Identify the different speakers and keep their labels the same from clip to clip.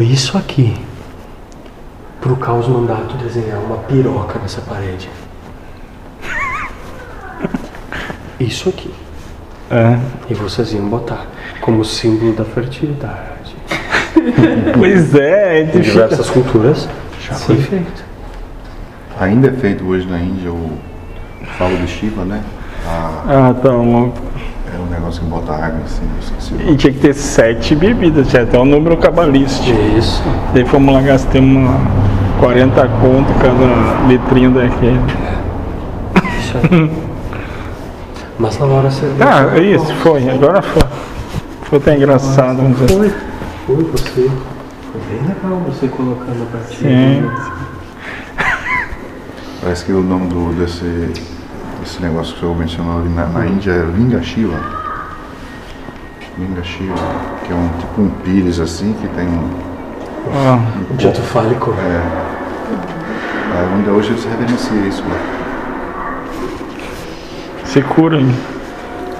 Speaker 1: Isso aqui, pro caos mandato desenhar uma piroca nessa parede. Isso aqui.
Speaker 2: É.
Speaker 1: E vocês iam botar como símbolo da fertilidade.
Speaker 2: Pois é,
Speaker 1: Em
Speaker 2: ele chega-
Speaker 1: diversas culturas, já foi feito.
Speaker 3: Ainda é feito hoje na Índia o falo do Shiva, né? A-
Speaker 2: Ah, então.
Speaker 3: é um negócio que bota água assim, eu esqueci. o nome.
Speaker 2: E tinha que ter sete bebidas, tinha até um número cabalístico.
Speaker 1: Isso.
Speaker 2: Daí fomos lá, gastamos uma 40 conto cada letrinha daquele.
Speaker 1: Isso aí. Mas na hora você.
Speaker 2: Ah, é isso, foi, agora foi. Foi até engraçado, vamos dizer.
Speaker 1: Foi. Foi você. Foi bem legal você colocando a partir.
Speaker 2: Sim.
Speaker 3: Parece que o nome do, desse, desse negócio que o senhor mencionou ali na, na Índia é Linga Shiva. Linga Shiva, que é um tipo um pires assim, que tem um.
Speaker 2: Ah,
Speaker 1: Dito fálico.
Speaker 3: é, Ainda hoje eles reverenciam isso né? lá.
Speaker 2: se cura, hein?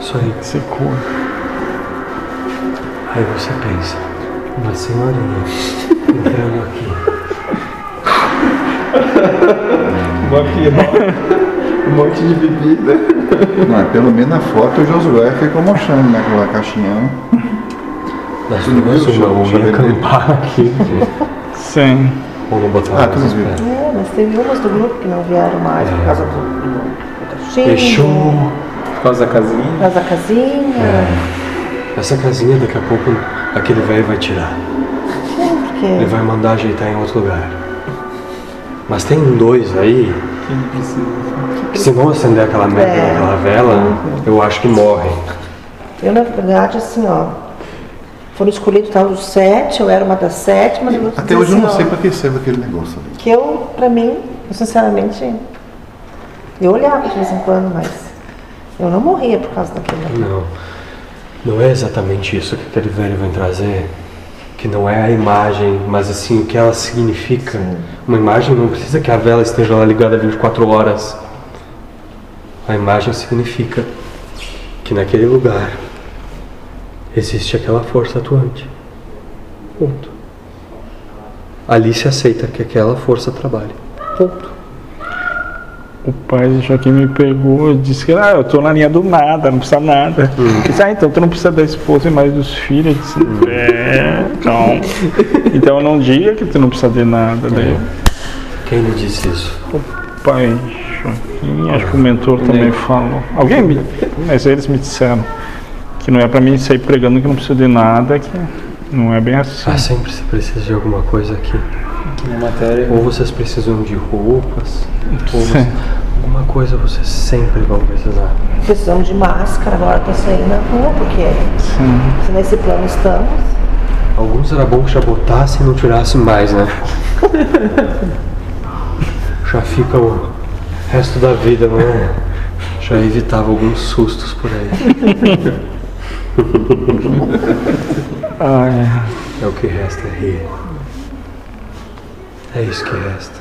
Speaker 1: Isso aí.
Speaker 2: se cura.
Speaker 1: Aí você pensa, uma senhorinha entrando aqui.
Speaker 3: Um monte de bebida. Não, é pelo menos na foto o Josué ficou mostrando naquela caixinha. né?
Speaker 1: Nós
Speaker 3: Tudo
Speaker 1: duas,
Speaker 3: bem,
Speaker 1: uma
Speaker 3: eu
Speaker 1: vamos
Speaker 3: já- já
Speaker 1: acampar aqui.
Speaker 2: Sim.
Speaker 1: É. Vamos botar
Speaker 3: Ah,
Speaker 1: uma
Speaker 3: tudo
Speaker 1: coisa
Speaker 3: bem.
Speaker 1: perto.
Speaker 4: É, mas teve umas do grupo que não vieram mais por causa do, do, do cachimbo,
Speaker 1: Fechou.
Speaker 5: Por causa da casinha.
Speaker 4: por causa da casinha.
Speaker 3: É.
Speaker 1: Essa casinha daqui a pouco aquele velho vai tirar. Ele
Speaker 4: Porque
Speaker 1: vai mandar ajeitar em outro lugar. Mas tem dois aí
Speaker 5: Quem precisa?
Speaker 1: que se não acender aquela merda
Speaker 4: É.
Speaker 1: daquela vela, eu acho que morrem.
Speaker 4: eu, na verdade, assim, ó. Foram escolhidos tal os sete, eu era uma das sete, mas eu vou te
Speaker 3: Até
Speaker 4: dizer
Speaker 3: hoje eu não
Speaker 4: assim,
Speaker 3: sei
Speaker 4: ó,
Speaker 3: pra que serve aquele negócio né? ali.
Speaker 4: Que eu, pra mim, eu sinceramente, eu olhava de vez em quando, mas eu não morria por causa daquilo.
Speaker 1: Não. Não é exatamente isso que aquele velho vem trazer. Que não é a imagem, mas assim, o que ela significa. Uma imagem não precisa que a vela esteja lá ligada 24 horas. A imagem significa que naquele lugar existe aquela força atuante. Ponto. Ali se aceita que aquela força trabalhe. Ponto.
Speaker 2: O pai de Joaquim me pegou e disse que ah, eu tô na linha do nada, não precisa nada. Ele disse, ah, então tu não precisa da esposa e mais dos filhos. Eu disse, é, então. Então não diga que tu não precisa de nada. Daí
Speaker 1: É. Quem lhe disse isso?
Speaker 2: o pai Joaquim, acho que o mentor também falou. Alguém me. Mas eles me disseram que não é pra mim sair pregando que não precisa de nada, que não é bem assim.
Speaker 1: Ah, sempre se precisa de alguma coisa aqui.
Speaker 5: Minha matéria.
Speaker 1: Ou vocês precisam de roupas, ou você-
Speaker 2: Sim.
Speaker 1: alguma coisa vocês sempre vão precisar.
Speaker 4: Precisamos de máscara, agora tá saindo na rua, porque
Speaker 2: Sim.
Speaker 4: se nesse plano estamos,
Speaker 1: Alguns era bom que já botassem e não tirassem mais, né? já fica o resto da vida, né? Já evitava alguns sustos por aí.
Speaker 2: Ah, é.
Speaker 1: É o que resta é rir. É isso que resta.